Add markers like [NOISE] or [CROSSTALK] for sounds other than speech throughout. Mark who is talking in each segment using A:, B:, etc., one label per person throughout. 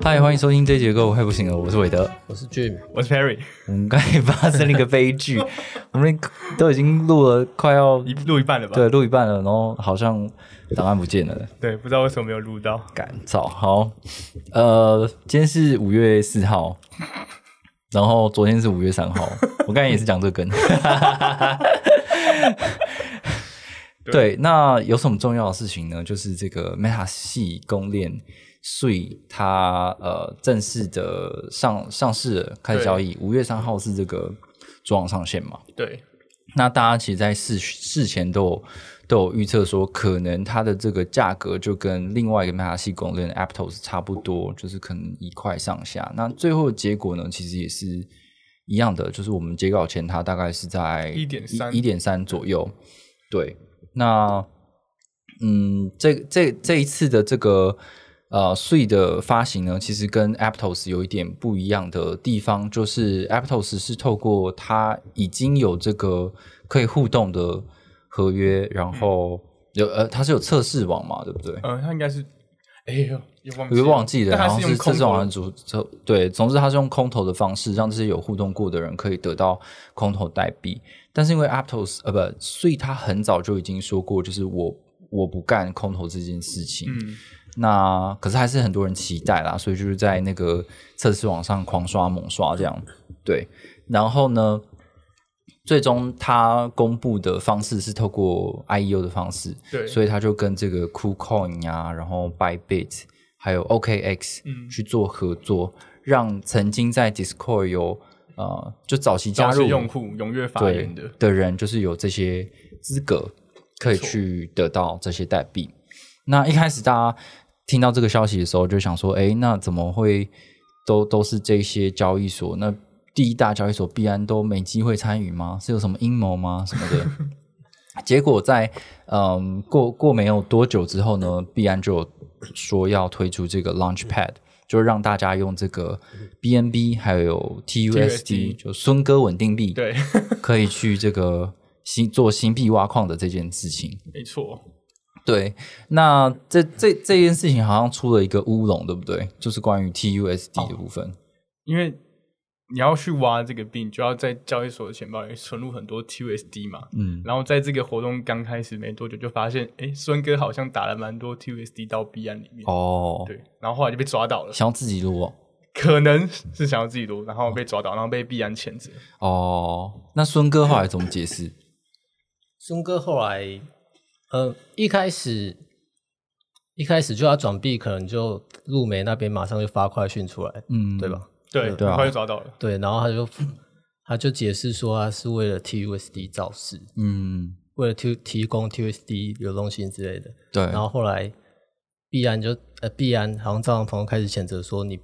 A: 嗨，欢迎收听这一节课，我快不行了，我是韦德。
B: 我是 Jim，
C: 我是 Perry，
A: 我们刚才发生了一个悲
C: [LAUGHS]
A: 剧，我们都已经录了快要
C: 一录一半了吧？
A: 对录一半了，然后好像档案不见了，
C: 对不知道为什么没有录到。
A: 赶早好。呃，今天是五月四号，然后昨天是五月三号，我刚才也是讲这个梗。对，那有什么重要的事情呢？就是这个 Meta 系公链税，它呃正式的上上市了开始交易，五月三号是这个主网上线嘛？
C: 对，
A: 那大家其实，在事事前都有都有预测说，可能它的这个价格就跟另外一个麦卡系公链 Aptos 差不多，就是可能一块上下。那最后的结果呢，其实也是一样的，就是我们截稿前它大概是在
C: 1.3
A: 一点三左右。对，那嗯，这这这一次的这个呃税的发行呢，其实跟 Aptos 有一点不一样的地方，就是 Aptos 是透过它已经有这个可以互动的合约，然后有呃，它是有测试网嘛，对不对？
C: 呃，他应该是，哎呦，又忘
A: 我就忘记了，
C: 但
A: 然后
C: 他
A: 是
C: 用
A: 这
C: 空
A: 种啊人主
C: 投，
A: 就对，总之他是用空投的方式让这些有互动过的人可以得到空投代币，但是因为 Aptos 呃不，所以他很早就已经说过，就是我我不干空投这件事情。
C: 嗯，
A: 那可是还是很多人期待啦，所以就是在那个测试网上狂刷猛刷这样。对，然后呢，最终他公布的方式是透过 IEO 的方式，
C: 对
A: 所以他就跟这个 KuCoin 啊，然后 Bybit 还有 OKX
C: 嗯
A: 去做合作，让曾经在 Discord 有呃就早期加
C: 加
A: 入
C: 入用户踊跃发
A: 对
C: 言的，
A: 的人，就是有这些资格可以去得到这些代币。那一开始大家听到这个消息的时候，就想说：“哎，那怎么会都都是这些交易所？那第一大交易所必然都没机会参与吗？是有什么阴谋吗？什么的？” [LAUGHS] 结果在嗯过过没有多久之后呢，币安就有说要推出这个 Launchpad，就是让大家用这个 BNB 还有 TUSD，
C: TUSD
A: 就孙哥稳定币，
C: 对，
A: 可以去这个新做新币挖矿的这件事情。
C: 没错，
A: 对，那这这这件事情好像出了一个乌龙，对不对？就是关于 TUSD 的部分。
C: 因为你要去挖这个币，你就要在交易所的钱包里存入很多 TUSD 嘛。
A: 嗯，
C: 然后在这个活动刚开始没多久，就发现，哎，孙哥好像打了蛮多 TUSD 到币安里面。
A: 哦，
C: 对，然后后来就被抓到了，
A: 想要自己录哦。
C: 可能是想要自己撸，然后被抓到，然后被币安谴责。
A: 哦，那孙哥后来怎么解释？
B: 孙哥后来，呃，一开始一开始就要转币，可能就路媒那边马上就发快讯出来，
A: 嗯，
B: 对？吧？
C: 对，
A: 对啊
C: 很快就抓到了。
B: 对，然后他就他就解释说他是为了 TUSD 造势，
A: 嗯，
B: 为了 T 提供 TUSD 流动性之类的。
A: 对。
B: 然后后来币安就呃币安好像赵阳朋友开始谴责说你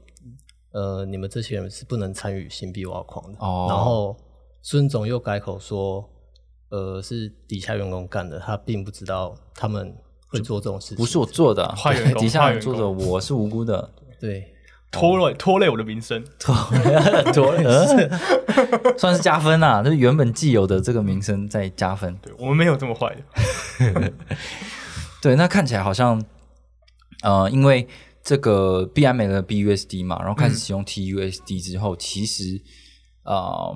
B: 呃你们这些人是不能参与新币挖矿的。
A: 哦
B: 然后孙总又改口说，呃是底下员工干的，他并不知道他们会做这种事情。
A: 不是我做的，
C: 坏员工
A: 底下
C: 坏
A: 人
C: 员
A: 做
C: 工
A: 的，我是无辜的。
B: 对
C: 拖
A: 哦
C: 累拖累我的名声，
A: 多 [LAUGHS] 呃算是加分啊，就是原本既有的这个名声在加分。
C: 对我们没有这
A: [LAUGHS]
C: 么坏的。
A: 对，那看起来好像，呃，因为这个币安美了 BUSD 嘛，然后开
C: 嗯
A: 始使用 TUSD 之后，其实，呃，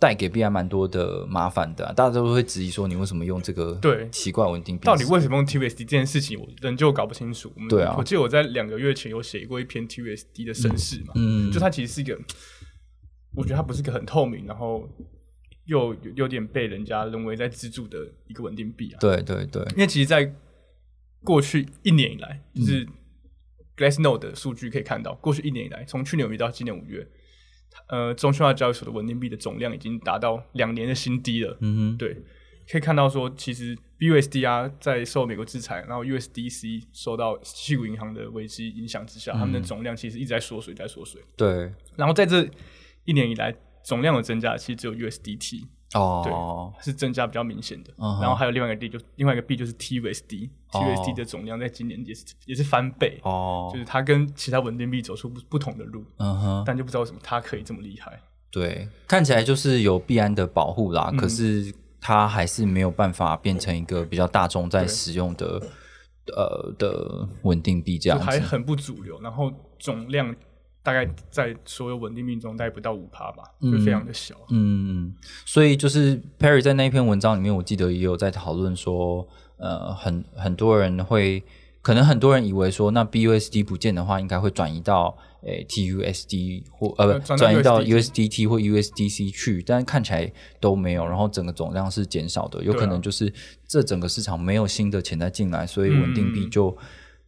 A: 带给币安蛮多的麻烦的啊、大家都会质疑说，你为什么用这个
C: 对
A: 奇怪稳定币？
C: 到底为什么用 TUSD 这件事情，我仍旧搞不清楚。我们
A: 对啊
C: 我记得我在两个月前有写过一篇 TUSD 的身世嘛，
A: 嗯
C: 就它其实是一个，我觉得它不是一个很透明，然后又有有点被人家认为在资助的一个稳定币啊。
A: 对对对，
C: 因为其实，在过去一年以来，就是
A: 嗯
C: Glassnode 的数据可以看到，过去一年以来，从去年五月到今年五月，呃，中心化交易所的稳定币的总量已经达到两年的新低了。
A: 嗯哼，
C: 对，可以看到说，其实 BUSD 在受美国制裁，然后 USDC 受到西谷银行的危机影响之下，他
A: 嗯
C: 们的总量其实一直在缩水，在缩水。
A: 对，
C: 然后在这一年以来，总量有增加，其实只有 USDT
A: 哦，
C: 是增加比较明显的。
A: 嗯哼
C: 然后还有另外一个 D，就另外一个 B 就是 TUSD，TUSD、
A: 哦
C: TUSD 的总量在今年也是也是翻倍，
A: 哦
C: 就是，它跟其他稳定币走出不不同的路，
A: 嗯哼，
C: 但就不知道为什么它可以这么厉害。
A: 对，看起来就是有币安的保护啦，
C: 嗯
A: 可是它还是没有办法变成一个比较大众在
C: 对
A: 使用的呃的稳定币这
C: 就
A: 样
C: 还
A: 子。
C: 很不主流，然后总量大概在所有稳定币中大概不到五趴吧，就非常的小。
A: 嗯，所以就是 Perry 在那一篇文章里面，我记得也有在讨论说，呃，很很多人会，可能很多人以为说，那 BUSD 不见的话，应该会转移到呃诶 TUSD 或呃
C: 呃
A: 不
C: 转到
A: 转移到
C: USDT
A: USDT 或 USDC 去，但看起来都没有，然后整个总量是减少的，有
C: 对啊
A: 可能就是这整个市场没有新的钱在进来，所以稳定币
C: 嗯
A: 就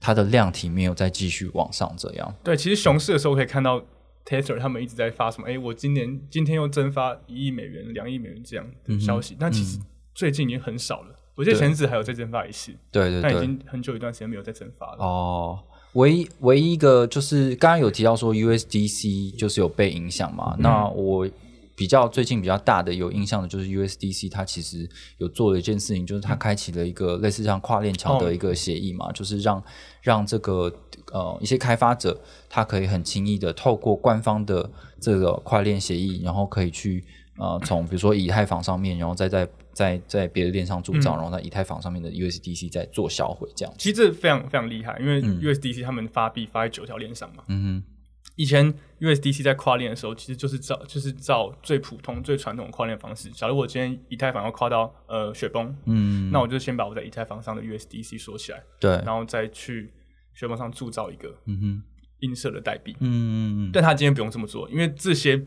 A: 它的量体没有再继续往上这样。
C: 对，其实熊市的时候可以看到 Tether 他们一直在发什么，哎，我今年今天又蒸发一亿美元、两亿美元这样的消息，但其实最近已经很少了。我记
A: 嗯
C: 得
A: 对
C: 前阵子还有再蒸发一次，
A: 对对对，
C: 但已经很久一段时间没有再蒸发了。
A: 哦，唯一唯一一个就是刚刚有提到说 USDC 就是有被影响嘛，那我。比较最近比较大的有印象的就是 USDC，它其实有做了一件事情，就是它开启了一个类似像跨链桥的一个协议嘛，就是让让这个呃一些开发者，他可以很轻易的透过官方的这个跨链协议，然后可以去呃从比如说以太坊上面，然后再在在在别的链上铸造，
C: 嗯
A: 然后在以太坊上面的 USDC 再做销毁这样。
C: 其实这非常非常厉害，因为
A: 嗯
C: USDC 他们发币发在九条链上嘛。
A: 嗯哼，
C: 以前 USDC 在跨链的时候，其实就是照就是照最普通、最传统的跨链方式。假如我今天以太坊要跨到呃雪崩，
A: 嗯，
C: 那我就先把我在以太坊上的 USDC 锁起来，
A: 对，
C: 然后再去雪崩上铸造一个
A: 嗯哼，
C: 映射的代币。
A: 嗯嗯嗯，
C: 但他今天不用这么做，因为这些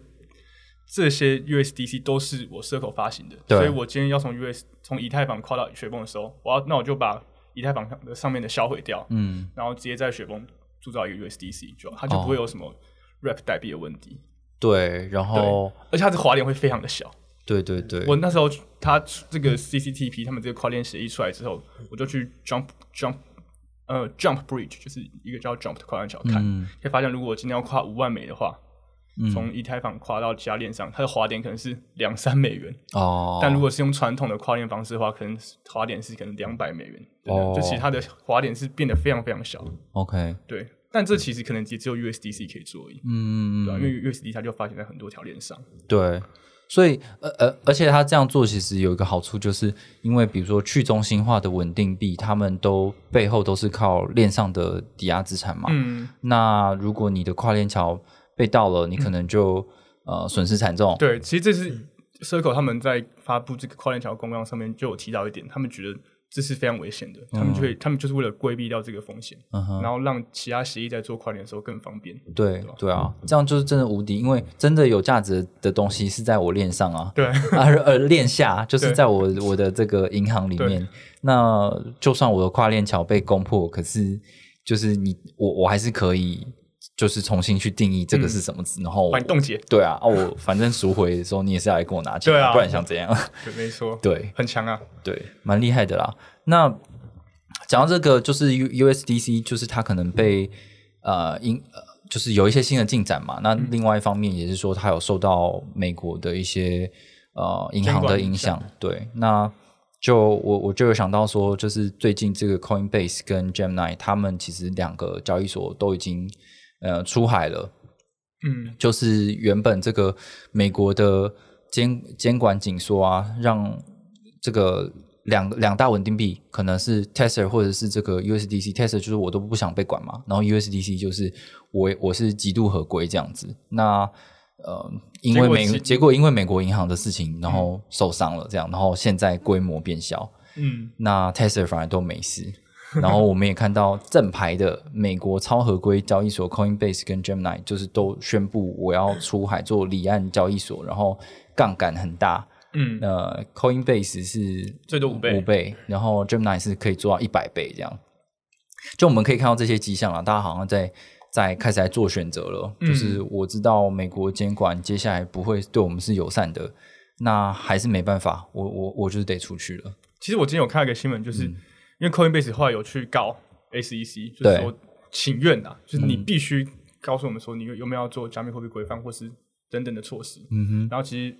C: 这些 USDC 都是我 Circle 发行的，
A: 对
C: 所以我今天要从 US 从以太坊跨到雪崩的时候，我要那我就把以太坊上的上面的销毁掉，
A: 嗯，
C: 然后直接在雪崩铸造一个 USDC 就好，它就
A: 哦
C: 不会有什么 Wrap 代币的问题。
A: 对，然后
C: 而且它的滑点会非常的小。
A: 对对对，
C: 我那时候它这个 CCTP 他们这个跨链协议出来之后，我就去 Jump Jump 呃 Jump Bridge，就是一个叫 Jump 的跨链桥看，
A: 嗯
C: 可以发现如果我今天要跨五万美的话，
A: 嗯
C: 从以太坊跨到其他链上，它的滑点可能是两三美元，
A: 哦，
C: 但如果是用传统的跨链方式的话，可能滑点是可能两百美元。对
A: 哦
C: 就其实它的滑点是变得非常非常小。
A: OK，嗯
C: 对，但这其实可能也只有 USDC 可以做而已。
A: 嗯嗯
C: 对、啊，
A: 嗯，
C: 因为 USD 它就发行在很多条链上，
A: 对。所以，呃呃，而且他这样做其实有一个好处，就是因为比如说去中心化的稳定币，他们都背后都是靠链上的抵押资产嘛。
C: 嗯，
A: 那如果你的跨链桥被盗了，你可能就、呃损失惨重。
C: 嗯对，其实这
A: 嗯
C: 是 Circle 他们在发布这个跨链桥公告上面就有提到一点，他们觉得这是非常危险的，他们就会，他们就是为了规避掉这个风险，
A: 嗯哼
C: 然后让其他协议在做跨链的时候更方便。
A: 对
C: 对嗯吧
A: 对啊，这样就是真的无敌，因为真的有价值的东西是在我链上啊。
C: 对， [LAUGHS]
A: 啊，呃，链下就是
C: 对
A: 在我我的这个银行里面
C: 对。
A: 那就算我的跨链桥被攻破，可是就是你我我还是可以，就是重新去定义这个是什么字，然后我
C: 把你冻结，
A: 对啊，啊我反正赎回的时候你也是要来跟我拿钱，
C: 对啊
A: 不然想怎样？ [LAUGHS]
C: 对，没错，，
A: 对
C: 很强啊，
A: 对，蛮厉害的啦。那讲到这个，就是 U USDC，就是它可能被呃因呃就是有一些新的进展嘛。那另外一方面也是说，它有受到美国的一些呃银行的影响。对，那就我我就有想到说，就是最近这个 Coinbase 跟 Gemini，他们其实两个交易所都已经呃出海了。
C: 嗯，
A: 就是原本这个美国的监监管紧缩啊，让这个两两大稳定币可能是 Tether 或者是这个 USDC，Tether 就是我都不想被管嘛，然后 USDC 就是我我是极度合规这样子。那呃，因为美
C: 结果是
A: 结果因为美国银行的事情，然后受伤了这样，然后现在规模变小，
C: 嗯，
A: 那 Tesla 反而都没事。 [LAUGHS] 然后我们也看到正牌的美国超合规交易所 Coinbase 跟 Gemini 就是都宣布我要出海做离岸交易所，然后杠杆很大。
C: 嗯
A: 呃，Coinbase 是
C: 最多五倍
A: 五倍，然后 Gemini 是可以做到一百倍这样。就我们可以看到这些迹象了，大家好像在在开始在做选择了。
C: 嗯
A: 就是我知道美国监管接下来不会对我们是友善的，那还是没办法，我我我就是得出去了。
C: 其实我今天有看到一个新闻，就是、
A: 嗯
C: 因为 Coinbase 后来有去告 SEC，就是说请愿啊，就是你
A: 嗯
C: 必须告诉我们说你有有没有要做加密货币规范或是等等的措施。
A: 嗯
C: 然后其实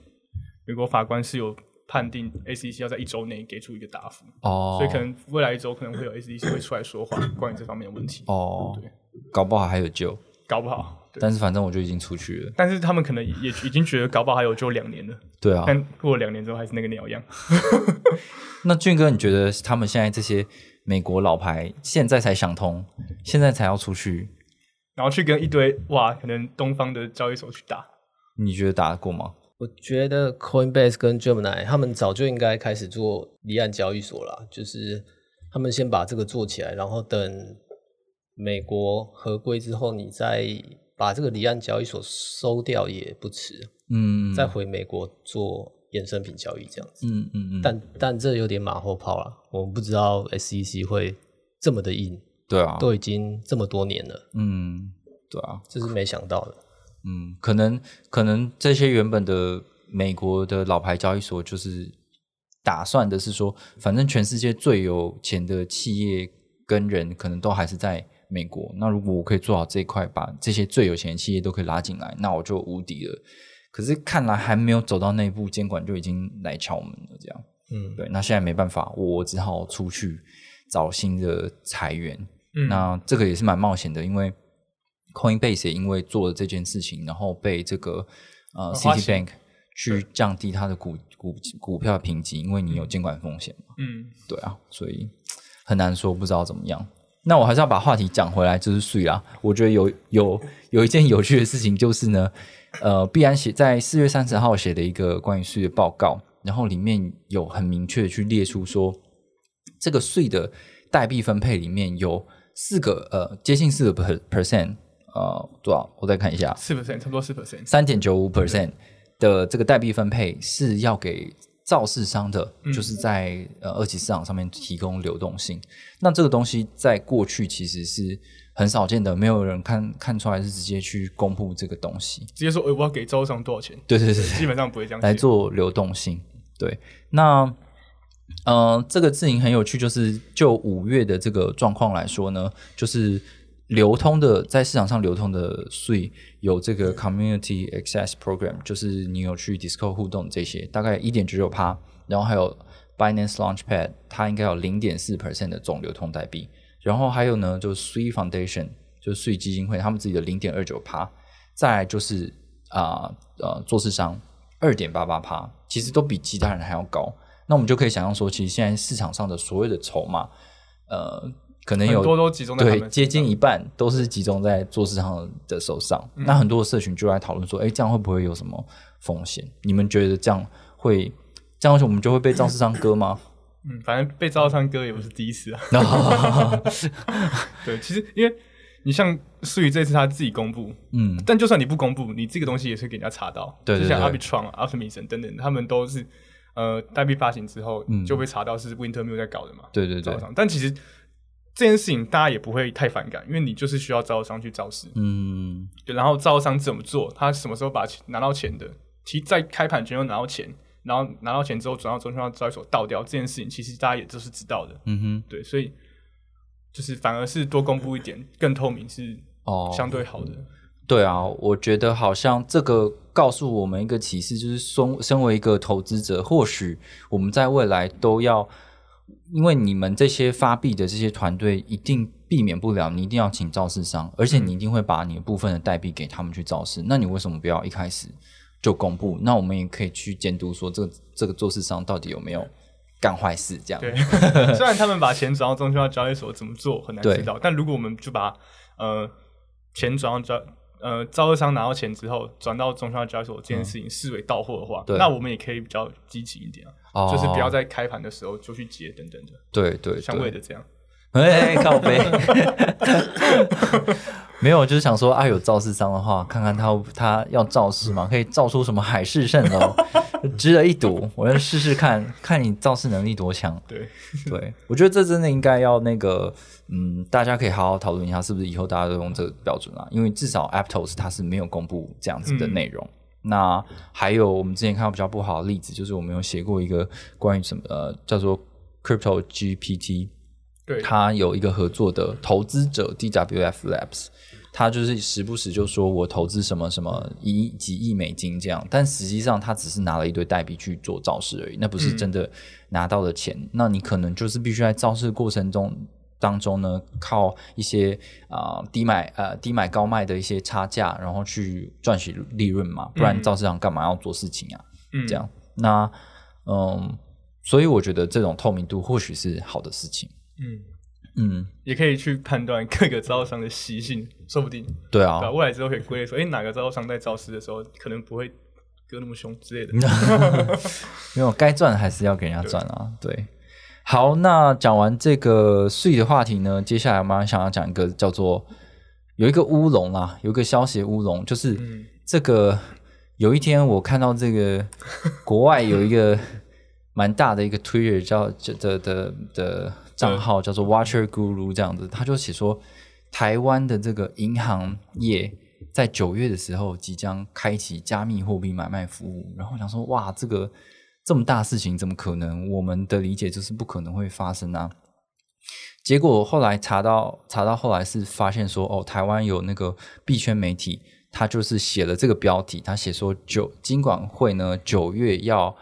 C: 美国法官是有判定 SEC 要在一周内给出一个答复，
A: 哼，哦，
C: 所以可能未来一周可能会有 SEC 会出来
A: [COUGHS]
C: 说话关于这方面的问题，
A: 哦
C: 对，
A: 搞不好还有救，
C: 搞不好。对，
A: 但是反正我就已经出去了，
C: 但是他们可能也已经觉得搞不好还有就两年了，
A: 对啊。
C: 但过了两年之后还是那个鸟样。
A: 那俊哥，你觉得他们现在这些美国老牌现在才想通，现在才要出去，
C: 然后去跟一堆哇，可能东方的交易所去打。
A: 你觉得打得过吗？
B: 我觉得 Coinbase 跟 Gemini 他们早就应该开始做离岸交易所啦，就是他们先把这个做起来，然后等美国合规之后，你再把这个离岸交易所收掉也不迟，
A: 嗯，
B: 再回美国做衍生品交易这样子。
A: 嗯嗯嗯，
B: 但但这有点马后炮啦，我们不知道 SEC 会这么的硬，
A: 对啊，
B: 都已经这么多年了，
A: 嗯，对啊，
B: 这是没想到的。
A: 嗯，可能可能这些原本的美国的老牌交易所，就是打算的是说，反正全世界最有钱的企业跟人，可能都还是在美国。那如果我可以做好这一块，把这些最有钱的企业都可以拉进来，那我就无敌了。可是看来还没有走到那一步，监管就已经来敲门了，这样。
B: 嗯，
A: 对，那现在没办法，我只好出去找新的裁员。
C: 嗯
A: 那这个也是蛮冒险的，因为 Coinbase 也因为做了这件事情，然后被这个呃
C: 很哦花
A: Citibank 去降低它的股股股票评级，因为你有监管风险嘛。
C: 嗯，
A: 对啊，所以很难说，不知道怎么样。那我还是要把话题讲回来，就是税啦。我觉得有有有一件有趣的事情就是呢，呃，必然写在四月三十号写的一个关于税的报告，然后里面有很明确的去列出说，这个税的代币分配里面有四个呃接近四个 per percent 呃多少？我再看一下，
C: 四 percent 差不多四 percent。
A: 三点九五 percent 的这个代币分配是要给造市商的，就是在呃二级市场上面提供流动性。那这个东西在过去其实是很少见的，没有人看看出来是直接去公布这个东西。
C: 直接说，哎、我要给招商多少钱？
A: 对对对
C: 基本上不会这样
A: 来
C: 写。
A: 做流动性。对，那呃，这个事情很有趣，就是就五月的这个状况来说呢，就是流通的在市场上流通的税有这个 Community Access Program，就是你有去 Discord 互动这些，大概一点九九趴，然后还有 Binance Launchpad，它应该有零点四 percent 的总流通代币，然后还有呢，就是 Sui Foundation，就是税基金会，他们自己的零点二九趴，再来就是啊呃做市商二点八八趴，其实都比其他人还要高。那我们就可以想象说，其实现在市场上的所谓的筹码，呃，可能有
C: 很多都集中在他们
A: 对
C: 身
A: 接近
C: 上
A: 一半都是集中在做市场的手上。
C: 嗯
A: 那很多的社群就在讨论说，哎，这样会不会有什么风险？你们觉得这样会这样，我们就会被造市商割
C: [LAUGHS]
A: 吗？ [LAUGHS]
C: 嗯，反正被招商哥也不是第一次啊。 [LAUGHS]
A: 然后，
C: 对，其实因为你像苏宇这次他自己公布，
A: 嗯，
C: 但就算你不公布，你这个东西也是给人家查到。
A: 对对
C: 就像
A: 对
C: Arbitron、Optimism 等等，他们都是呃代币发行之后、
A: 嗯
C: 就被查到是 Wintermute 在搞的嘛。
A: 对对对
C: 招，商，但其实这件事情大家也不会太反感，因为你就是需要招商去造势。
A: 嗯
C: 对，然后造商怎么做，他什么时候把钱拿到钱的，其实在开盘前就拿到钱，然后拿到钱之后转到中央交易所倒掉这件事情，其实大家也都是知道的，
A: 嗯哼，
C: 对，所以就是反而是多公布一点，更透明是
A: 哦，
C: 相对好的，
A: 对啊，我觉得好像这个告诉我们一个启示，就是身身为一个投资者，或许我们在未来都要，因为你们这些发币的这些团队，一定避免不了，你一定要请造市商，而且
C: 嗯
A: 你一定会把你的部分的代币给他们去造市。那你为什么不要一开始就公布？那我们也可以去监督说这个这个做市商到底有没有干坏事，这样
C: 对。 [LAUGHS] 虽然他们把钱转到中央交易所怎么做很难
A: 哦对
C: 知道，但如果我们就把呃钱转到交呃招商商拿到钱之后转到中央交易所这件事情视为到货的话，
A: 嗯对
C: 那我们也可以比较积极一点啊，
A: 哦
C: 就是不要在开盘的时候就去接等等的。
A: 对对
C: 像
A: 对
C: 为的这样，
A: [LAUGHS] 哎，靠背，没有，就是想说啊，有肇事商的话，看看他他要肇事嘛，可以造出什么海市蜃楼， [LAUGHS] 值得一睹。我要试试看，看你造势能力多强。
C: 对，
A: 对，我觉得这真的应该要那个，嗯，大家可以好好讨论一下，是不是以后大家都用这个标准啊？因为至少 Aptos 它是没有公布这样子的内容。那还有我们之前看到比较不好的例子，就是我们有写过一个关于什么呃叫做 Crypto GPT，
C: 对，
A: 它有一个合作的投资者 DWF Labs，它就是时不时就说我投资什么什么一亿几亿美金这样，但实际上他只是拿了一堆代币去做造势而已，那不是真的拿到的钱。那你可能就是必须在造势过程中。当中呢，靠一些啊、呃低买呃低买高卖的一些差价，然后去赚取利润嘛，不然
C: 嗯
A: 造市场干嘛要做事情啊？
C: 嗯
A: 这样。那嗯，所以我觉得这种透明度或许是好的事情。
C: 嗯，
A: 嗯，
C: 也可以去判断各个招商的习性，说不定
A: 对啊
C: 对、，吧？未来之后可以归类说，哎、哪个招商在招师的时候可能不会割那么凶之类的。
A: 嗯 [LAUGHS] 没有该赚还是要给人家赚啊。对，好，那讲完这个税的话题呢，接下来我们想要讲一个叫做有一个乌龙啦，有一个消息乌龙，就是
C: 嗯
A: 这个有一天我看到这个国外有一个蛮大的一个 Twitter 叫的的的账号叫做 Watcher Guru 这样子，他就写说台湾的这个银行业。在九月的时候即将开启加密货币买卖服务，然后我想说哇，这个这么大事情怎么可能？我们的理解就是不可能会发生啊。结果后来查到查到后来是发现说哦，台湾有那个币圈媒体，他就是写了这个标题，他写说九金管会呢九月要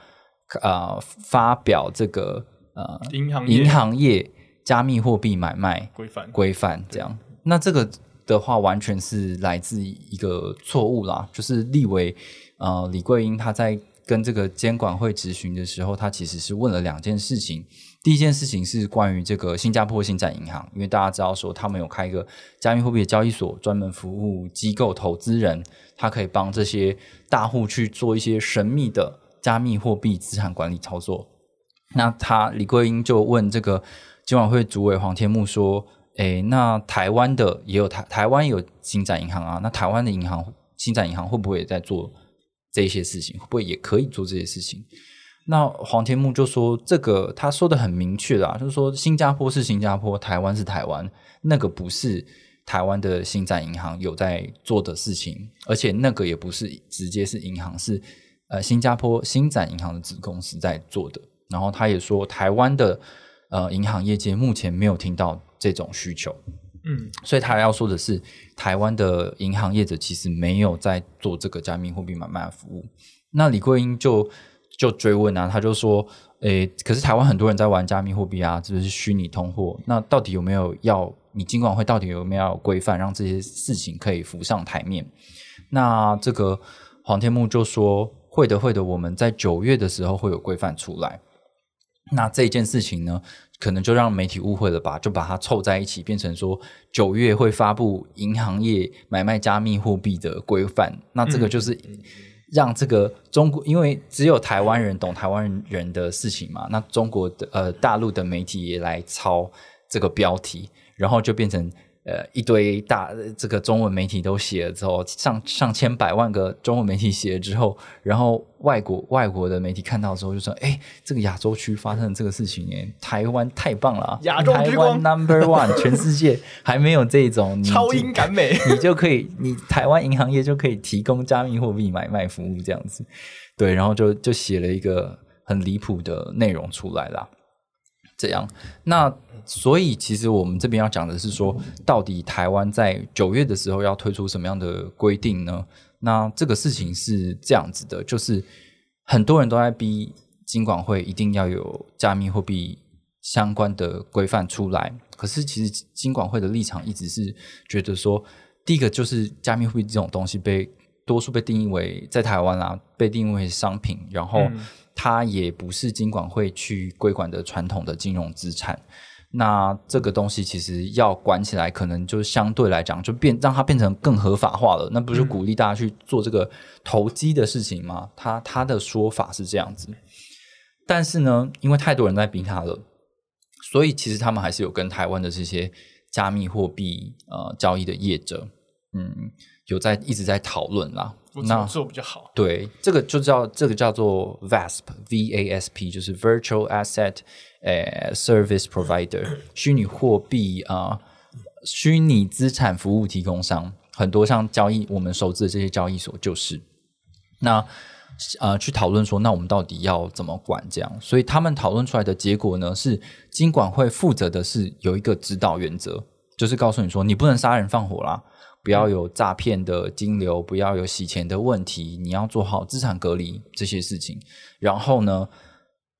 A: 呃发表这个呃
C: 银行业
A: 银行业加密货币买卖
C: 规范，
A: 规范这样。那这个的话，完全是来自一个错误啦，就是立委呃李桂英她在跟这个监管会质询的时候，她其实是问了两件事情。第一件事情是关于这个新加坡星展银行，因为大家知道说他们有开一个加密货币的交易所，专门服务机构投资人，它可以帮这些大户去做一些神秘的加密货币资产管理操作。那他李桂英就问这个金管会主委黄天木说：“诶，那台湾的也有台台湾有新展银行啊，那台湾的银行新展银行会不会也在做这些事情？会不会也可以做这些事情？”那黄天木就说：“这个他说的很明确啦，就是说新加坡是新加坡，台湾是台湾，那个不是台湾的新展银行有在做的事情，而且那个也不是直接是银行，是呃新加坡新展银行的子公司在做的。然后他也说，台湾的呃银行业界目前没有听到这种需求，
C: 嗯
A: 所以他要说的是，台湾的银行业者其实没有在做这个加密货币买卖的服务。那李桂英就就追问啊，他就说，诶，可是台湾很多人在玩加密货币啊，就是虚拟通货，那到底有没有要你金管会到底有没有要规范，让这些事情可以浮上台面？那这个黄天木就说，会的，会的，我们在九月的时候会有规范出来。那这件事情呢，可能就让媒体误会了吧，就把它凑在一起，变成说九月会发布银行业买卖加密货币的规范。那这个就是让这个中国，因为只有台湾人懂台湾人的事情嘛，那中国的呃大陆的媒体也来抄这个标题，然后就变成。呃，一堆大呃这个中文媒体都写了之后，上上千百万个中文媒体写了之后，然后外国外国的媒体看到之后就说：“哎，这个亚洲区发生了这个事情，哎，台湾太棒了啊，
C: 亚洲
A: 台
C: 之
A: 湾
C: 光
A: Number One，全世界还没有这种你
C: 超
A: 就
C: 英赶美
A: 你就可以，你台湾银行业就可以提供加密货币买卖服务这样子，对，然后就就写了一个很离谱的内容出来啦。这样，那所以其实我们这边要讲的是说，到底台湾在九月的时候要推出什么样的规定呢？那这个事情是这样子的，就是很多人都在逼金管会一定要有加密货币相关的规范出来，可是其实金管会的立场一直是觉得说，第一个就是加密货币这种东西被多数被定义为在台湾啦、被定义为商品，然后
C: 嗯
A: 它也不是金管会去规管的传统的金融资产。那这个东西其实要管起来，可能就相对来讲就变让它变成更合法化了。那不是鼓励大家去做这个投机的事情吗？他他的说法是这样子，但是呢，因为太多人在逼他了，所以其实他们还是有跟台湾的这些加密货币呃交易的业者，嗯，有在一直在讨论啦。
C: 我怎
A: [LAUGHS] 那
C: 么做比较好？
A: 对，这个就叫这个叫做 VASP，V A S P，就是 Virtual Asset 呃 Service Provider，虚拟货币啊、虚拟资产服务提供商，很多像交易我们熟知的这些交易所就是。那呃去讨论说，那我们到底要怎么管这样？所以他们讨论出来的结果呢，是金管会负责的是有一个指导原则，就是告诉你说，你不能杀人放火啦，不要有诈骗的金流，不要有洗钱的问题，你要做好资产隔离这些事情。然后呢，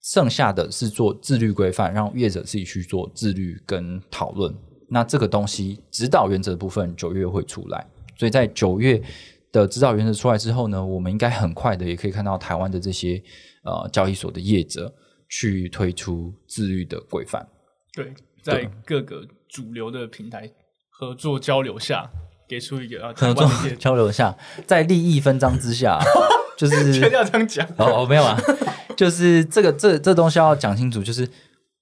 A: 剩下的是做自律规范，让业者自己去做自律跟讨论。那这个东西指导原则的部分九月会出来，所以在九月的指导原则出来之后呢，我们应该很快的也可以看到台湾的这些呃交易所的业者去推出自律的规范。
C: 对，在各个主流的平台合作交流下，给出一个啊，台
A: 合
C: 湾
A: 作
C: 的一些，
A: 交流一下，在利益分赃之下，就
C: 确定
A: 是
C: 要这样讲，
A: [LAUGHS] 哦哦没有啊，就是这个这这东西要讲清楚，就是。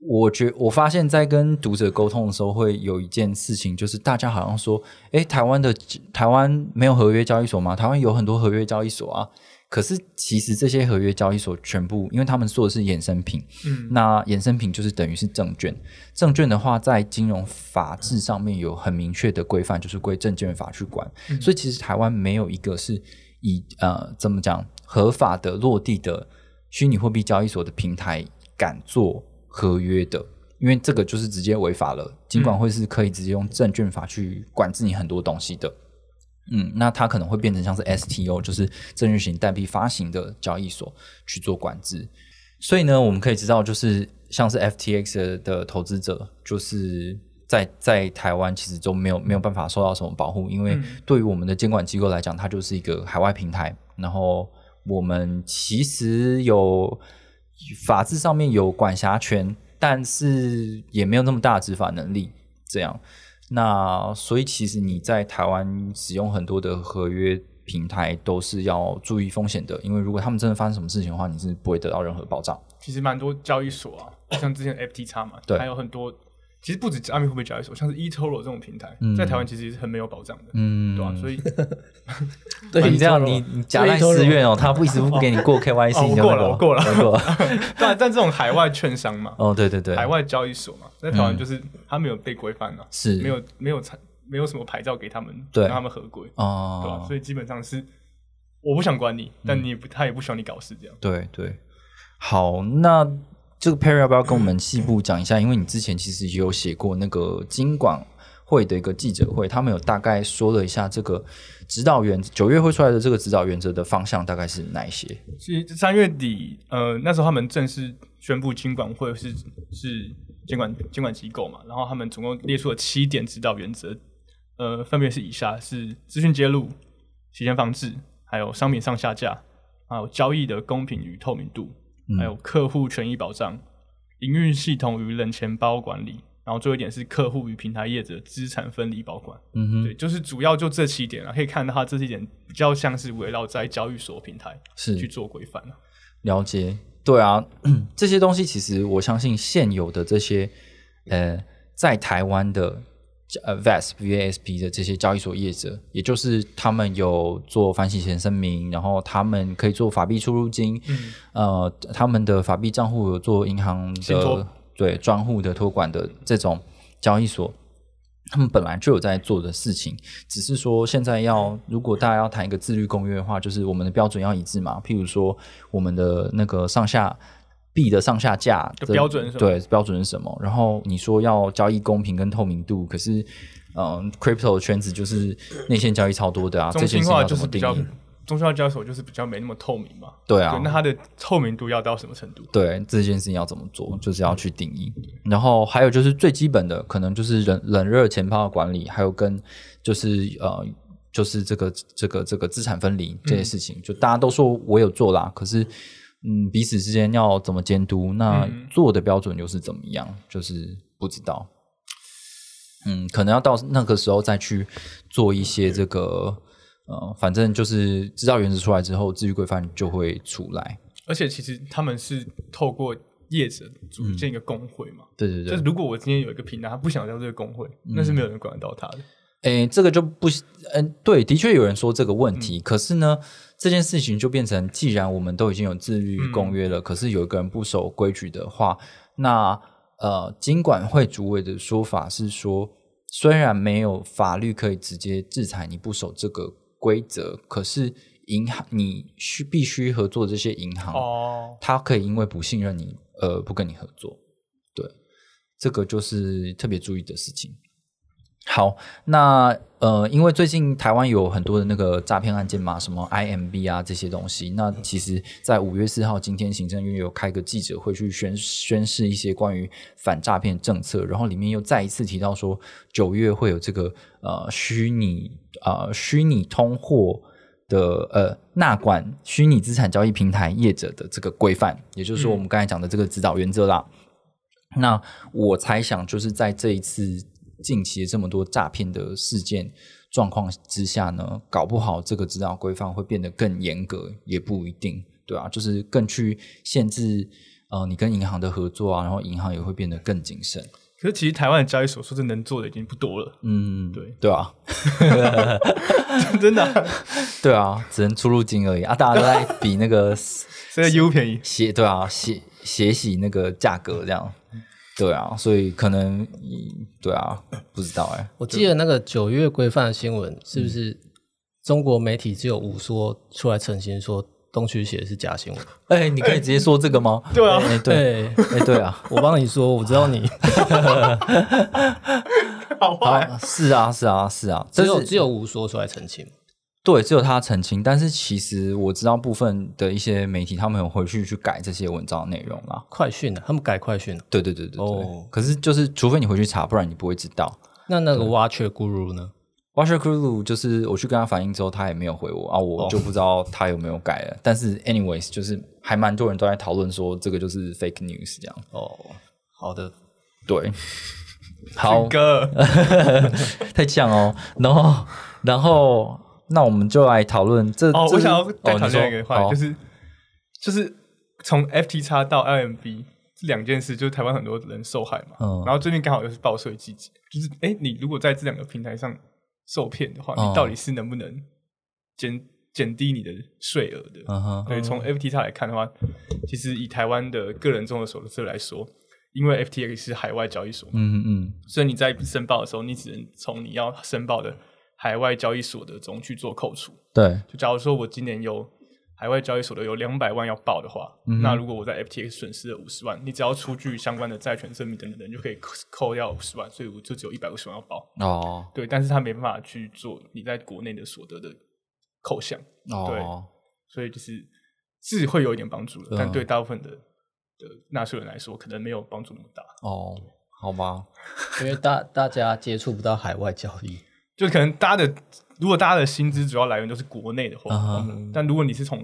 A: 我觉我发现，在跟读者沟通的时候，会有一件事情，就是大家好像说，诶，台湾的台湾没有合约交易所吗？台湾有很多合约交易所啊，可是其实这些合约交易所全部，因为他们做的是衍生品，
C: 嗯，
A: 那衍生品就是等于是证券，证券的话在金融法制上面有很明确的规范，就是归证券法去管。所以其实台湾没有一个是以呃怎么讲合法的落地的虚拟货币交易所的平台敢做合约的，因为这个就是直接违法了。金管会是可以直接用证券法去管制你很多东西的。嗯，那它可能会变成像是 STO，就是证券型代币发行的交易所去做管制。所以呢，我们可以知道，就是像是 FTX 的的投资者，就是在在台湾其实都没有没有办法受到什么保护，因为
C: 嗯
A: 对于我们的监管机构来讲，它就是一个海外平台。然后我们其实有法制上面有管辖权，但是也没有那么大的执法能力。这样，那所以其实你在台湾使用很多的合约平台都是要注意风险的，因为如果他们真的发生什么事情的话，你是不会得到任何保障。
C: 其实蛮多交易所啊，像之前 FTX 嘛，
A: 对
C: 还有很多，其实不止加密货币交易所，像是 E eToro 这种平台，
A: 嗯
C: 在台湾其实也是很没有保障的，
A: 嗯
C: 对啊，所
A: 以
C: 以
B: 对，
A: 你这样
C: 啊
B: 错了
A: 你你夹带私怨哦，他不一直不给你过
C: [LAUGHS]
A: KYC，你就那个
C: 哦我过了我
A: 我过了。
C: [LAUGHS] 但但这种海外券商嘛，
A: [LAUGHS] 哦，对 [LAUGHS]
C: [LAUGHS]
A: 对对，嗯
C: 海外交易所嘛，在台湾就是它没有被规范啊，
A: 是
C: 没有没有产没有什么牌照给他们，
A: 对
C: 让他们合规，对啊吧？
A: 哦，嗯
C: 所以基本上是我不想管你，但你也不他也不希望你搞事这样。
A: 对对，好，那这个 Perry 要不要跟我们细部讲一下？因为你之前其实也有写过那个金管会的一个记者会，他们有大概说了一下这个指导原九月会出来的这个指导原则的方向大概是哪一些？
C: 其实三月底，呃，那时候他们正式宣布金管会是是监管监管机构嘛，然后他们总共列出了七点指导原则，呃，分别是以下是资讯揭露、洗钱防治，还有商品上下架，还有交易的公平与透明度，还有客户权益保障、营运系统与冷钱包管理，然后最后一点是客户与平台业者资产分离保管。
A: 嗯哼，
C: 对，就是主要就这七点啊，可以看到它这七点比较像是围绕在交易所平台
A: 是
C: 去做规范啊
A: 了解，对啊，这些东西其实我相信现有的这些呃，在台湾的呃 VAS VASP 的这些交易所业者，也就是他们有做反洗钱声明，然后他们可以做法币出入金，
C: 嗯
A: 呃，他们的法币账户有做银行
C: 信托
A: 的对专户的托管的这种交易所。他们本来就有在做的事情，只是说现在要，如果大家要谈一个自律公约的话，就是我们的标准要一致嘛。譬如说，我们的那个上下币的上下价
C: 的标准是什么
A: 对，标准是什么？然后你说要交易公平跟透明度，可是，嗯，crypto 的圈子就是内线交易超多的啊，这
C: 中
A: 件
C: 心
A: 事情
C: 化
A: 要
C: 就
A: 怎
C: 是
A: 么
C: 比
A: 定
C: 较
A: 义？
C: 中心化交易所就是比较没那么透明嘛。
A: 对啊，
C: 那它的透明度要到什么程度？
A: 对这件事情要怎么做，就是要去定义。然后还有就是最基本的，可能就是冷冷热钱包的管理，还有跟就是呃，就是这个这个这个资产分离这些事情，就大家都说我有做啦，可是嗯，彼此之间要怎么监督？那
C: 嗯
A: 做的标准又是怎么样？就是不知道。嗯，可能要到那个时候再去做一些这个。呃，反正就是知道原则出来之后，自律规范就会出来。
C: 而且其实他们是透过业者组建一个工会嘛。
A: 对嗯对对，嗯
C: 就是如果我今天有一个平台，他不想加入这个工会，那是没有人管得到他的。
A: 诶，这个就不，嗯，对，的确有人说这个问题，可是呢，这件事情就变成，既然我们都已经有自律公约了，可是有一个人不守规矩的话，那呃，金管会主委的说法是说，虽然没有法律可以直接制裁你不守这个规则，可是银行你需必须合作的这些银行，
C: 哦，
A: 他可以因为不信任你，呃，不跟你合作。对，这个就是特别注意的事情。好，那呃，因为最近台湾有很多的那个诈骗案件嘛，什么 IMB 啊这些东西，那其实，在五月四号今天，行政院有开个记者会去宣宣示一些关于反诈骗政策，然后里面又再一次提到说，九月会有这个呃虚拟呃虚拟通货的呃纳管虚拟资产交易平台业者的这个规范，也就是说我们刚才讲的这个指导原则啦。那我猜想，就是在这一次近期的这么多诈骗的事件状况之下呢，搞不好这个指导规范会变得更严格，也不一定，对啊，就是更去限制呃你跟银行的合作啊，然后银行也会变得更谨慎。
C: 可是其实台湾的交易所说真的能做的已经不多了， [LAUGHS]
A: 嗯，
C: 对
A: 对啊，[LAUGHS]
C: 真的啊、
A: 对啊，只能出入金而已啊，大家都在比那个
C: 所以 U 便宜。
A: 血对啊，血血洗那个价格这样，对啊，所以可能嗯对啊，不知道哎、
B: 我记得那个九月规范的新闻，
C: 嗯
B: 是不是中国媒体只有五说出来澄清说东区写的是假新闻？
A: 哎、你可以直接说这个吗？
C: 对啊
A: 哎、对，
B: 对，
A: 哎、对啊，
B: [LAUGHS] 我帮你说，我知道
C: [LAUGHS]
B: 你
C: 好坏，
A: 啊，是啊，是啊，是啊，
B: 只
A: 这
B: 有
A: 是
B: 只有五说出来澄清，
A: 对，只有他澄清，但是其实我知道部分的一些媒体，他们有回去去改这些文章的内容啦。
B: 快讯啊了，他们改快讯了。
A: 对对对对对，
B: 哦
A: 可是就是除非你回去查，不然你不会知道。
B: 那那个挖掘 guru 呢？
A: Washer Crew 就是我去跟他反映之后，他也没有回我啊，
B: 哦
A: 我就不知道他有没有改了。但是 anyways，就是还蛮多人都在讨论说这个就是 fake news 这样。
B: 哦，好的， [LAUGHS]
A: 对，好，
C: 哥，
A: [LAUGHS] 太呛哦。然后，然后，那我们就来讨论这。
C: 哦，
A: 这
C: 我
A: 是
C: 想要再
A: 哦
C: 讨
A: 你说
C: 论一个话
A: 哦
C: 题，就是就是从 FT 叉到 LMB 这两件事，就是台湾很多人受害嘛。
A: 嗯
C: 然后最近刚好又是报税季节，就是哎，诶你如果在这两个平台上受骗的话，
A: 嗯
C: 你到底是能不能减减低你的税额的？
A: 嗯哼，
C: 对，从 FT 叉来看的话，其实以台湾的个人综合所得税来说，因为 FTX 是海外交易所嘛，
A: 嗯嗯
C: 所以你在申报的时候，你只能从你要申报的海外交易所得中去做扣除。
A: 对，
C: 就假如说我今年有海外交易所得有两百万要报的话，
A: 嗯
C: 那如果我在 FTX 损失了五十万，你只要出具相关的债权证明等等，你就可以扣扣掉五十万，所以我就只有一百五十万要报。
A: 哦
C: 对，但是他没办法去做你在国内的所得的扣项，
A: 哦，
C: 所以就是是会有一点帮助的，
A: 对啊
C: 但对大部分的的纳税人来说，可能没有帮助那么大。
A: 哦，好吧，
B: 因为大大家接触不到海外交易，
C: 就可能大家的，如果大家的薪资主要来源都是国内的话，
A: 嗯
C: 但如果你是从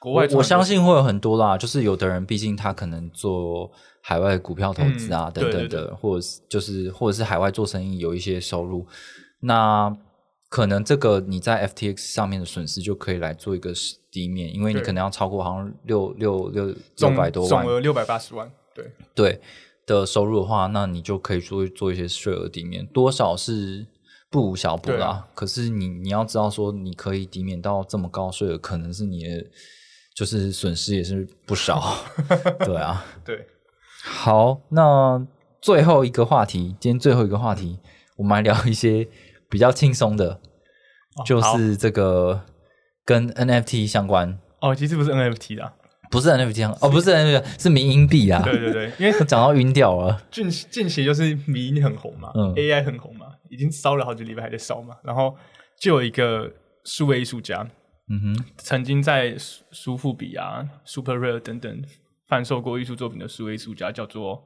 C: 国外
A: 我
C: 传
A: 我
C: 过
A: 相信会有很多啦，就是有的人毕竟他可能做海外股票投资啊、
C: 嗯
A: 等等
C: 对对
A: 的，或者是就是或者是海外做生意有一些收入，那可能这个你在 FTX 上面的损失就可以来做一个低面，因为你
C: 对
A: 可能要超过好像六六六六
C: 总
A: 百多
C: 总
A: 万
C: 额六百八十万，对，
A: 对的收入的话，那你就可以做做一些税额抵免，多少是不无小补
C: 对
A: 啦
C: 啊。
A: 可是你你要知道说，你可以抵免到这么高税额，可能是你的就是损失也是不
C: [LAUGHS]
A: 少。对啊，
C: 对，
A: 好，那最后一个话题，今天最后一个话题，我们来聊一些比较轻松的，就
C: 哦好
A: 是这个跟 NFT 相关，
C: 哦，其实不是 NFT 啦，不
A: 不是 NFT 相哦，不是 NFT，是民营币啊。
C: 对对对，因为
A: 我讲到晕掉了。
C: 近近期就是迷你很红嘛、
A: 嗯
C: a i 很红嘛，已经烧了好几个礼拜还在烧嘛，然后就有一个数位艺术家
A: 嗯哼，
C: 曾经在苏苏富比啊、Super Rare 等等贩售过艺术作品的数位艺术家叫做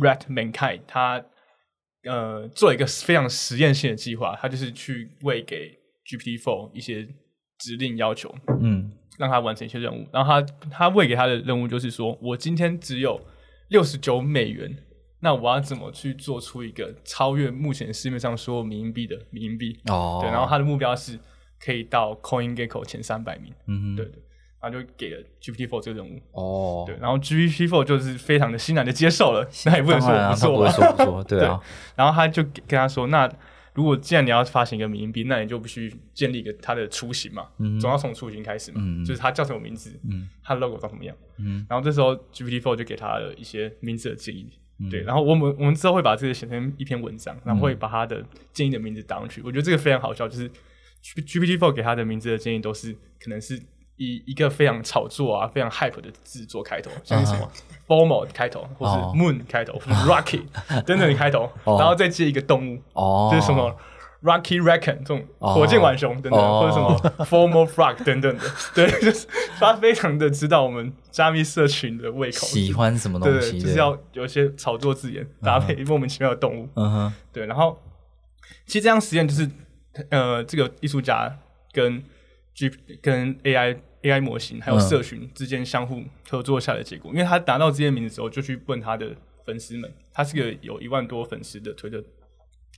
C: Rat Mankai，他呃做了一个非常实验性的计划，他就是去喂给 GPT Four 一些指令要求，
A: 嗯
C: 让他完成一些任务。然后他他喂给他的任务就是说，我今天只有六十九美元，那我要怎么去做出一个超越目前市面上所有民营币的民营币？
A: 哦，
C: 对，然后他的目标是可以到 CoinGecko 前三百名。
A: 嗯哼
C: 对对，然后就给了 GPT Four 这个任务。
A: 哦，
C: 对，然后 GPT Four 就是非常的欣然的接受了，那也不能说
A: 当然啊
C: 我不做吧。
A: 他不会说不做，
C: [LAUGHS]
A: 对啊，
C: 然后他就跟他说：“那如果既然你要发行一个民营币，那你就必须建立一个它的雏形嘛，总要从雏形开始嘛，
A: 嗯
C: 就是它叫什么名字，
A: 嗯
C: 它的 logo 长什么样。
A: 嗯
C: 然后这时候 GPT Four 就给他了一些名字的建议，
A: 嗯
C: 对。然后我们我们之后会把这个写成一篇文章，然后会把他的建议的名字打上去。我觉得这个非常好笑，就是 GPT Four 给他的名字的建议都是可能是以一个非常炒作啊、非常 hype 的字做开头，像是什么 Formal 开头，或是
A: 啊哦
C: Moon
A: [LAUGHS]
C: 开头，或是 Rocky 等等的开头，
A: 哦
C: 然后再接一个动物，
A: 哦，
C: 就是什么 Rocky Raccoon 这种
A: 哦
C: 火箭浣熊等等，
A: 哦
C: 或者什
A: [LAUGHS]
C: 么 Formal Frog 等等的，对，就是他非常的知道我们加密社群的胃口，
A: 喜欢什么
C: 对
A: 东西
C: 对，
A: 的，
C: 就是要有一些炒作字眼搭配莫名其妙的动物，
A: 嗯哼，
C: 对，然后其实这样实验就是，呃，这个艺术家跟 G 跟 AI AI 模型还有
A: 嗯
C: 社群之间相互合作下的结果，因为他拿到这些名字之后，就去问他的粉丝们，他是个有一万多粉丝的推特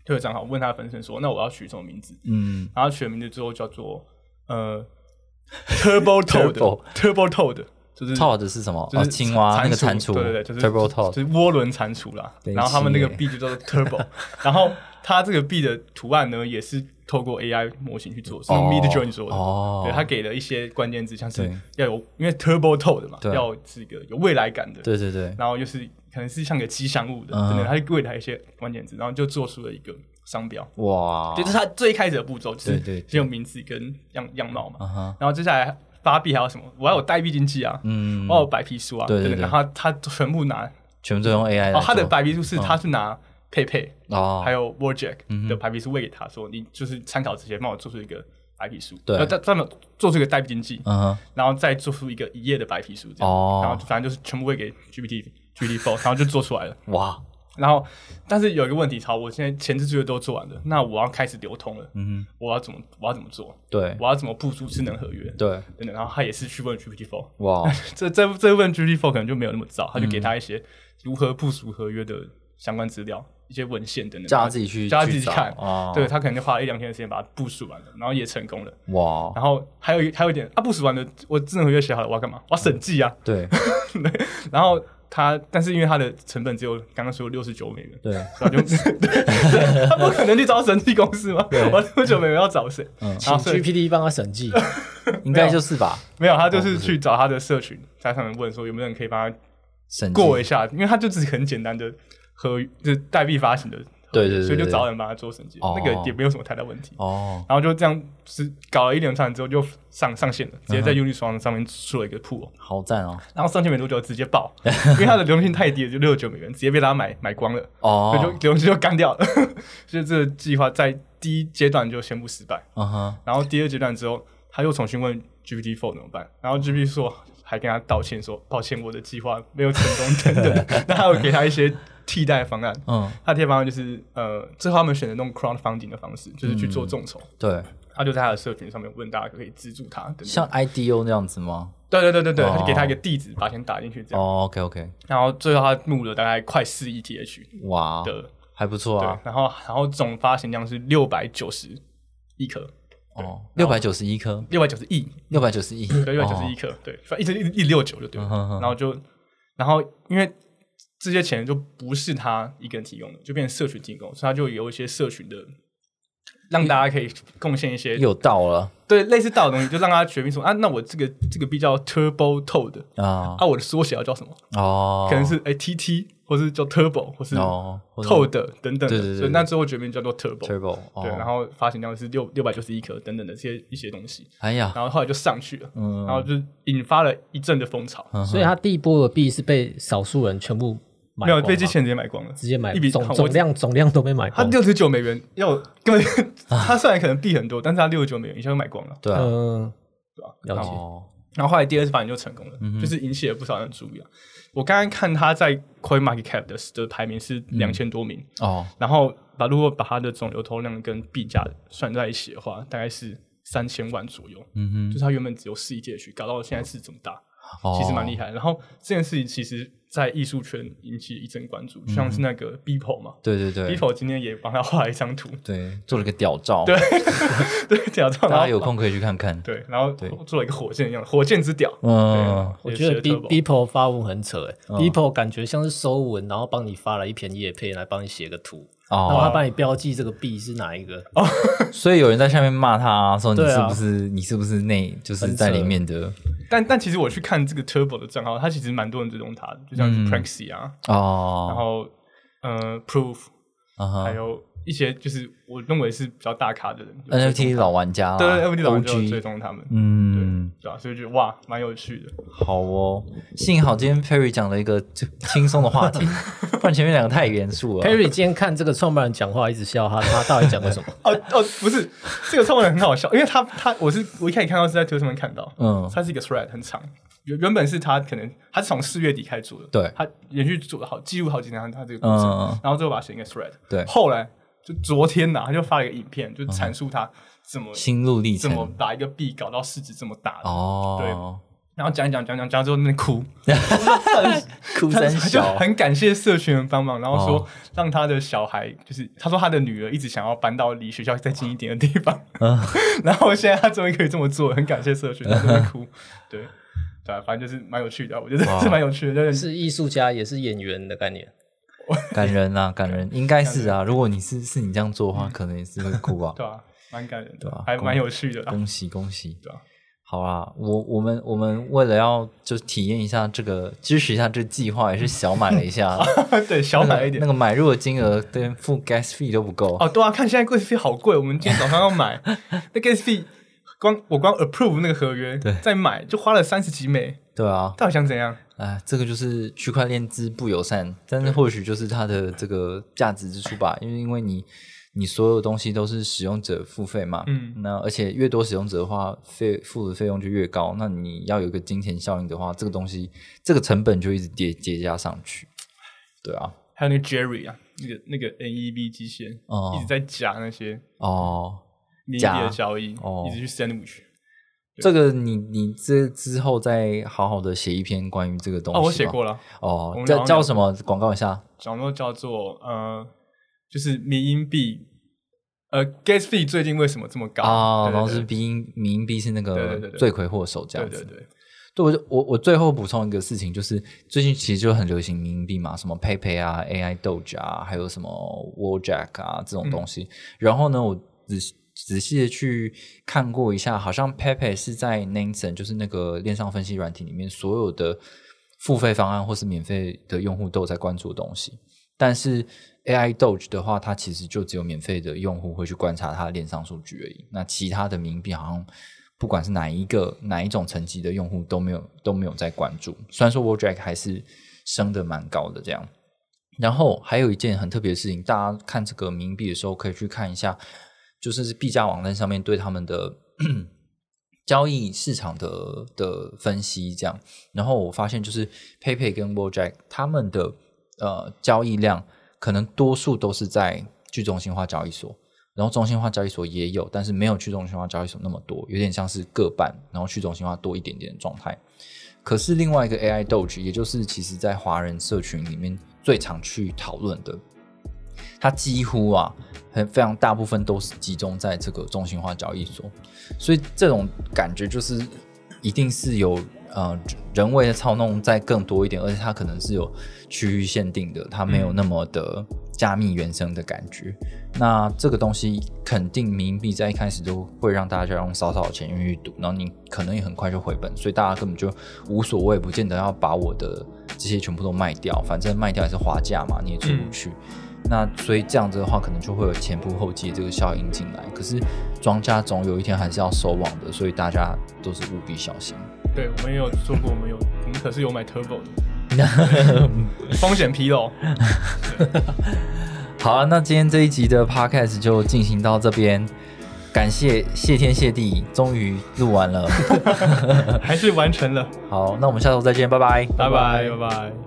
C: 推特账号，问他的粉丝说，那我要取什么名字？
A: 嗯，
C: 然后取了名字之后叫做呃
A: [LAUGHS]
C: Turbo Toad
A: Turbo
C: Turbo Toad，就是
A: 套的是什么？
C: 就
A: 哦，
C: 是
A: 青蛙那个蟾蜍，
C: 对对对，就是
A: turbo
C: 就
A: top，
C: 是涡轮蟾蜍啦。
A: 对
C: 然后他们那个
A: 是耶
C: B 就叫做
A: [LAUGHS]
C: turbo，然后它这个 B 的图案呢，也是透过 AI 模型去做，是用
A: 哦
C: Mid Journey 做的。
A: 哦
C: 对，它给了一些关键字，像是
A: 对
C: 要有，因为 turbo toad 嘛，
A: 对啊
C: 要是一个有未来感的，
A: 对对对，
C: 然后又是可能是像个吉祥物的，
A: 嗯
C: 等等，它就未来一些关键字，然后就做出了一个商标。
A: 哇，
C: 这就是它最开始的步骤，
A: 哦
C: 就
A: 对对
C: 是
A: 对
C: 先有名字跟样样貌嘛，
A: 啊哈，
C: 然后接下来发币还有什么？我要有代币经济啊，
A: 嗯，
C: 我要有白皮书啊，
A: 对
C: 等
A: 对
C: 等，
A: 对
C: 然后他全部拿
A: 全部都用 AI 来
C: 哦，他的
A: 做
C: 白皮书是他是拿佩佩
A: 嗯哦，
C: 还有 w o r j a c
A: 嗯
C: k
A: 哼
C: 的白皮书喂给他说，你就是参考这些，帮我做出一个白皮书，
A: 对
C: 然后他他们做出一个代币经济，
A: 嗯哼，
C: 然后再做出一个一页的白皮书这样，
A: 哦
C: 然后就反正就是全部喂给 GPT GPT Four，然后就做出来了。 [LAUGHS]
A: 哇，
C: 然后，但是有一个问题，好，我现在前置作业都做完了，那我要开始流通了，
A: 嗯哼，
C: 我要怎么我要怎么做？
A: 对
C: 我要怎么部署智能合约？
A: 对，
C: 等等，然后他也是去问 GPT Four， [LAUGHS]
A: 哇，
C: 这这这部分 GPT Four 可能就没有那么早，他
A: 嗯
C: 就给他一些如何部署合约的相关资料、一些文献等等，
A: 叫他自己去
C: 叫他自己
A: 去找
C: 看。
A: 哦
C: 对他可能就花了一两天的时间把它部署完了，然后也成功了。
A: 哇，
C: 然后还有一还有一点，啊，部署完了，我智能合约写好了，我要干嘛？我要审计啊。
A: 对嗯
C: 然后他，但是因为他的成本只有刚刚说六十九美元， [LAUGHS]
A: 对，
C: 然后就
A: [LAUGHS]
C: 对他不可能去找审计公司嘛。我六十九美元要找谁？
A: 嗯
C: 然后
B: 请
C: 所以啊
B: GPT 帮他审
C: [LAUGHS]
B: 计，
A: 应该就是吧，
C: 没有，他
A: 哦
C: 就是去找他的社群，在上面问说有没有人可以帮他
A: 审计
C: 过一下，因为它就只是很简单的合约，就是代币发行的合
A: 对
C: 约，
A: 对对
C: 所以就
A: 对
C: 找人帮他做审计，
A: 哦
C: 那个也没有什么太大问题。
A: 哦，
C: 然后就这样是搞了一连串之后就上上线了，直接
A: 嗯
C: 在 Uniswap 上面出了一
A: [LAUGHS]
C: 个 pool，、
A: 好赞哦，
C: 然后上线没多久直
A: [LAUGHS]
C: 接爆，因为它的流动性太低了，就六十九美元，直接被大家买买光了，所以就
A: 哦，
C: 流动性就干掉了。 [LAUGHS] 所以这个计划在第一阶段就宣布失败，
A: 嗯哼，
C: 然后第二阶段之后他又重新问 GPT Four 怎么办，然后 GPT 说还跟他道歉说抱歉我的计划没有成功等等
A: [LAUGHS]
C: 的，那还有给他一些替代方案。
A: 嗯，
C: 他的替代方案就是呃，最后他们选择弄 crowdfunding 的方式，就是去做众筹。
A: 对，
C: 他就在他的社群上面问大家可不可以资助他，等等
A: 像 IDO 那样子吗？
C: 对对对对对，
A: 哦
C: 他就给他一个地址，把钱打进去这样。
A: 哦，OK OK，
C: 然后最后他募了大概快四亿 TH
A: 哇，
C: 的，
A: 还不错
C: 对
A: 啊，，
C: 然后然后总发行量是六百九十亿颗，
A: 哦，六百九十一颗，
C: 六百九十亿
A: 六百九十一，
C: 对，六百九十一
A: 哦，
C: 克，对，反正一直一一六九就对了
A: 嗯哼哼
C: 然后就，然后因为这些钱就不是他一个人提供的，就变成社群提供，所以他就有一些社群的，让大家可以贡献一些，
A: 又到了
C: 对类似到的东西，就让他决定说啊，那我这个这个币叫 Turbo Toad，
A: 啊，
C: 啊，我的缩写要叫什么？
A: 哦，
C: 可能是哎 TT，或是叫 Turbo，或是
A: 哦或者
C: Toad 等等的，
A: 对对对
C: 所以那最后决定叫做 Turbo。
A: turbo，哦
C: 对，然后发行量是六六百九十一颗等等的这些一些东西，
A: 哎呀，
C: 然后后来就上去了，
A: 嗯
C: 然后就引发了一阵的风潮，
B: 所以他第一波的币是被少数人全部买
C: 没有
B: 光
C: 被
B: 吗
C: 之前直接买光了，
B: 直接买
C: 一笔
B: 总
C: 我
B: 总量总量都被买
C: 他
B: 光。
C: 六十九美元要根本
B: 啊
C: [LAUGHS] 他虽然可能币很多，但是他六十九美元一下就买光了，
A: 对啊，
B: 嗯，
C: 对吧？
B: 了解。嗯
A: 哦，
C: 然后后来第二次反应就成功了，就是引起了不少人注意啊。我刚刚看他在 Coin Market Cap 的的排名是
B: 嗯
C: 两千多名，
A: 哦，
C: 然后把如果把它的总流通量跟币价算在一起的话，大概是三千万左右，
A: 嗯
C: 就是它原本只有四亿 T 区，搞到现在是这么大，
A: 哼，哦
C: 其实蛮厉害。然后这件事情其实，在艺术圈引起一阵关注，就像是那个 Beeple 嘛
A: 对对嗯对
C: ，Beeple 今天也帮他画了一张图，
A: 对，做了个屌照，
C: 对 [LAUGHS] 对，假装
A: 大
C: 然后
A: 家有空可以去看看。
C: 对，然后
A: 对
C: 做了一个火箭一样，火箭之屌。
A: 嗯，
B: 我觉得 B
C: b
B: Beeple 发文很扯哎、b e e p l e 感觉像是收文，然后帮你发了一篇页配来帮你写个图，然后
A: 哦，
B: 他帮你标记这个币是哪一个，
A: 所以有人在下面骂他说你
B: 对
A: 是
B: 啊
A: 不是你是不是内就是在里面的
C: 但但其实我去看这个 Turbo 的账号，它其实蛮多人追踪它的，就像是
A: 嗯
C: Pranksy 啊，然
A: 哦，嗯
C: 后呃 Proof，
A: 然后
C: 还有一些就是我认为是比较大咖的人有追踪
A: NFT
C: 他
A: 老玩家啦，
C: 对对 NFT 老人就有
A: OG
C: 追踪他们，
A: 嗯，
C: 对啊，所以就哇，蛮有趣的。
A: 好哦，幸好今天 Perry 讲了一个就轻松的话
C: [LAUGHS]
A: 题，不然前面两个太严肃了。
B: Perry 今天看这个创办人讲话，一直笑他，他到底讲了什么？
C: 哦哦，不是，这个创办人很好笑，因为他他我是我一开始看到是在推特上面看到，
A: 嗯
C: 它是一个 thread 很长，原原本是他可能他是从四月底开始做的，
A: 对
C: 他连续做了好记录好几天他他这个过程，
A: 嗯，
C: 然后最后把它写成一个 thread，
A: 对嗯
C: 后来就昨天呐、他就发了一个影片，就阐述他怎么、
A: 心路历
C: 怎么
A: 程
C: 把一个币搞到市值这么大的，
A: 哦，
C: 然后讲一讲讲讲讲之后在那边哭，
A: 哭
C: 他
A: 三
C: 他就 [LAUGHS]
A: 小，
C: 很感谢社群人帮忙，然后
A: 哦
C: 说让他的小孩，就是他说他的女儿一直想要搬到离学校再近一点的地方，
A: 嗯
C: [LAUGHS] 然后现在他终于可以这么做，很感谢社群，他在那边
A: [LAUGHS]
C: 哭，对对啊，反正就是蛮有趣的啊，我觉得
A: 哇
C: 是蛮有趣的，就是
B: [LAUGHS] 是艺术家，也是演员的概念。
A: 感人啊，感人，应该是啊。如果你是是你这样做的话，可能也是会哭啊。
C: 嗯 [LAUGHS] 对啊，蛮感人
A: 对
C: 的
A: 啊，
C: 还
A: 公
C: 蛮有趣的啊，
A: 恭喜恭喜！
C: 对啊
A: 好啊，我我们我们为了要就体验一下这个，支持一下这个计划，也是小买了一
C: [LAUGHS]
A: 下，
C: 对，小
A: 那
C: 买
A: 个
C: 一点
A: 那。个买入的金额跟付 gas fee 都不够
C: 哦，对啊，看现在 gas fee 好贵，我们今天早上要
A: [LAUGHS]
C: 买那 gas fee，光我光 approve 那个合约
A: 对，
C: 再买就花了三十几美，
A: 对啊，
C: 到底想怎样？
A: 哎，这个就是区块链之不友善，但是或许就是它的这个价值之处吧，因为因为你你所有东西都是使用者付费嘛，
C: 嗯
A: 那而且越多使用者的话，费付的费用就越高，那你要有一个金钱效应的话，这个东西这个成本就一直叠叠加上去，对啊，
C: 还有那个 Jerry 啊，那个那个 NEB 机器人、
A: 哦
C: 一直在嗯夹那些
A: 哦，
C: 利益
A: 夹
C: 的交易，
A: 哦
C: 一直去 sandwich。
A: 这个你你这之后再好好的写一篇关于这个东西吧。
C: 哦，我写过了，我
A: 哦，
C: 们
A: 叫
C: 好像
A: 叫
C: 有
A: 什么？广告一下。
C: 讲说叫做呃，就是民营币，呃，gas fee 最近为什么这么高
A: 啊，
C: 对
A: 然后是
C: 对
A: 鼻音民音币是那
C: 对对
A: 个
C: 对对
A: 罪魁祸首这样
C: 对
A: 子
C: 对。对，
A: 对，我就我我最后补充一个事情，就是最近其实就很流行民营币嘛，什么 PayPay 啊、AI Doge 啊，还有什么 WallJack 啊这
C: 嗯
A: 种东西。然后呢，我仔细仔细的去看过一下，好像 PayPay 是在 Nansen，就是那个链上分析软体里面所有的付费方案或是免费的用户都有在关注的东西。但是 AI Doge 的话，它其实就只有免费的用户会去观察它的链上数据而已。那其他的民币好像不管是哪一个哪一种层级的用户都没有都没有在关注。虽然说 w o r d r a c 还是升的蛮高的这样。然后还有一件很特别的事情，大家看这个民币的时候，可以去看一下，就是币价网站上面对他们的 [CLEARS THROAT] 交易市场的的分析这样。然后我发现，就是 PayPay 跟 WallJack 他们的呃交易量，可能多数都是在去中心化交易所，然后中心化交易所也有，但是没有去中心化交易所那么多，有点像是各半，然后去中心化多一点点的状态。可是另外一个 AI Doge，也就是其实在华人社群里面最常去讨论的，它几乎啊很非常大部分都是集中在这个中心化交易所，所以这种感觉就是一定是有呃人为的操弄在更多一点，而且它可能是有区域限定的，它没有那么的加密原生的感觉。那这个东西肯定民营币在一开始都会让大家用少少的钱去赌，然后你可能也很快就回本，所以大家根本就无所谓，不见得要把我的这些全部都卖掉，反正卖掉也是划价嘛，你也出不去。那所以这样子的话，可能就会有前仆后继的这个效应进来。可是庄家总有一天还是要收网的，所以大家都是务必小心。 [LAUGHS]
C: 对我们也有做过，我们有我们可是有买 turbo 的，风险疲劳。
A: 好啊，那今天这一集的 podcast 就进行到这边，感谢谢天谢地，终于录完了。
C: 还是完成了，
A: 好，那我们下周再见，拜拜。
C: 拜拜拜拜。